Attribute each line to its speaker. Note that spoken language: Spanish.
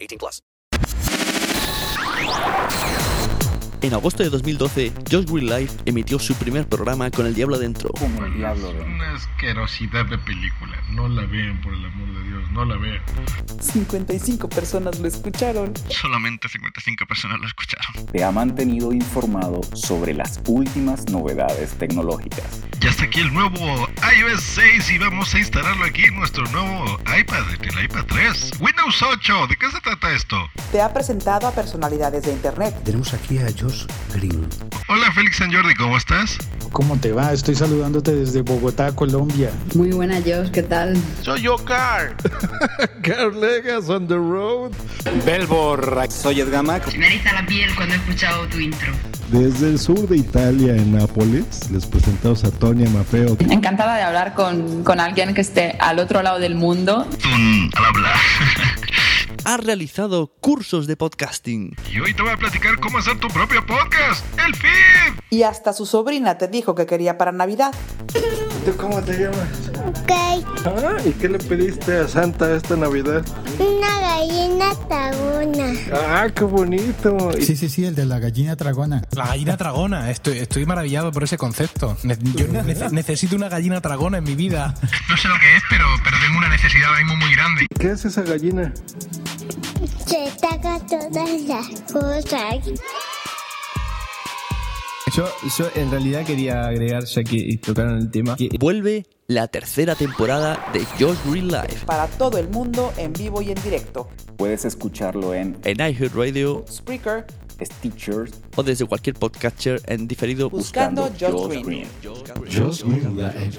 Speaker 1: 18 plus.
Speaker 2: En agosto de 2012, Josh Green Life emitió su primer programa con El Diablo Adentro.
Speaker 3: como el diablo.
Speaker 4: Es una asquerosidad de película. No la vean, por el amor de Dios, no la vean.
Speaker 5: 55 personas lo escucharon.
Speaker 4: Solamente 55 personas lo escucharon.
Speaker 3: Te ha mantenido informado sobre las últimas novedades tecnológicas.
Speaker 4: Ya está aquí el nuevo iOS 6 y vamos a instalarlo aquí en nuestro nuevo iPad, en el iPad 3. Windows 8, ¿de qué se trata esto?
Speaker 6: Te ha presentado a personalidades de Internet.
Speaker 7: Tenemos aquí a Josh Green.
Speaker 4: Hola Félix San Jordi, ¿cómo estás?
Speaker 8: ¿Cómo te va? Estoy saludándote desde Bogotá, Colombia.
Speaker 9: Muy buena, Josh, ¿qué tal?
Speaker 10: Soy yo, Carl.
Speaker 11: Carl Legas on the road.
Speaker 12: Belbor. Soy Edgamac.
Speaker 13: Me eriza la piel cuando he escuchado tu intro.
Speaker 14: Desde el sur de Italia, en Nápoles, les presentamos a Tonia Mafeo.
Speaker 15: Encantada de hablar con, con alguien que esté al otro lado del mundo.
Speaker 4: Mm, al hablar.
Speaker 2: Ha realizado cursos de podcasting.
Speaker 4: Y hoy te voy a platicar cómo hacer tu propio podcast. ¡El feed!
Speaker 6: Y hasta su sobrina te dijo que quería para Navidad.
Speaker 11: ¿Tú cómo te llamas?
Speaker 16: Ok.
Speaker 11: Ah, ¿y qué le pediste a Santa esta Navidad?
Speaker 16: Una gallina tragona.
Speaker 11: Ah, qué bonito.
Speaker 7: Sí, sí, sí, el de la gallina tragona.
Speaker 17: La gallina tragona, estoy, estoy maravillado por ese concepto. Ne- yo nece- necesito una gallina tragona en mi vida.
Speaker 4: No sé lo que es, pero, pero tengo una necesidad ahora mismo muy grande.
Speaker 11: ¿Qué es esa gallina?
Speaker 16: Se traga todas las cosas.
Speaker 18: Yo, yo en realidad quería agregar, ya que tocaron el tema, que
Speaker 2: Vuelve la tercera temporada de Josh Green Life
Speaker 6: Para todo el mundo, en vivo y en directo.
Speaker 3: Puedes escucharlo en
Speaker 2: en iHeartRadio
Speaker 6: Spreaker,
Speaker 3: Stitcher
Speaker 2: o desde cualquier podcatcher en diferido.
Speaker 6: buscando, Josh
Speaker 3: Josh
Speaker 6: Green.
Speaker 3: Green.
Speaker 14: Josh Green Live.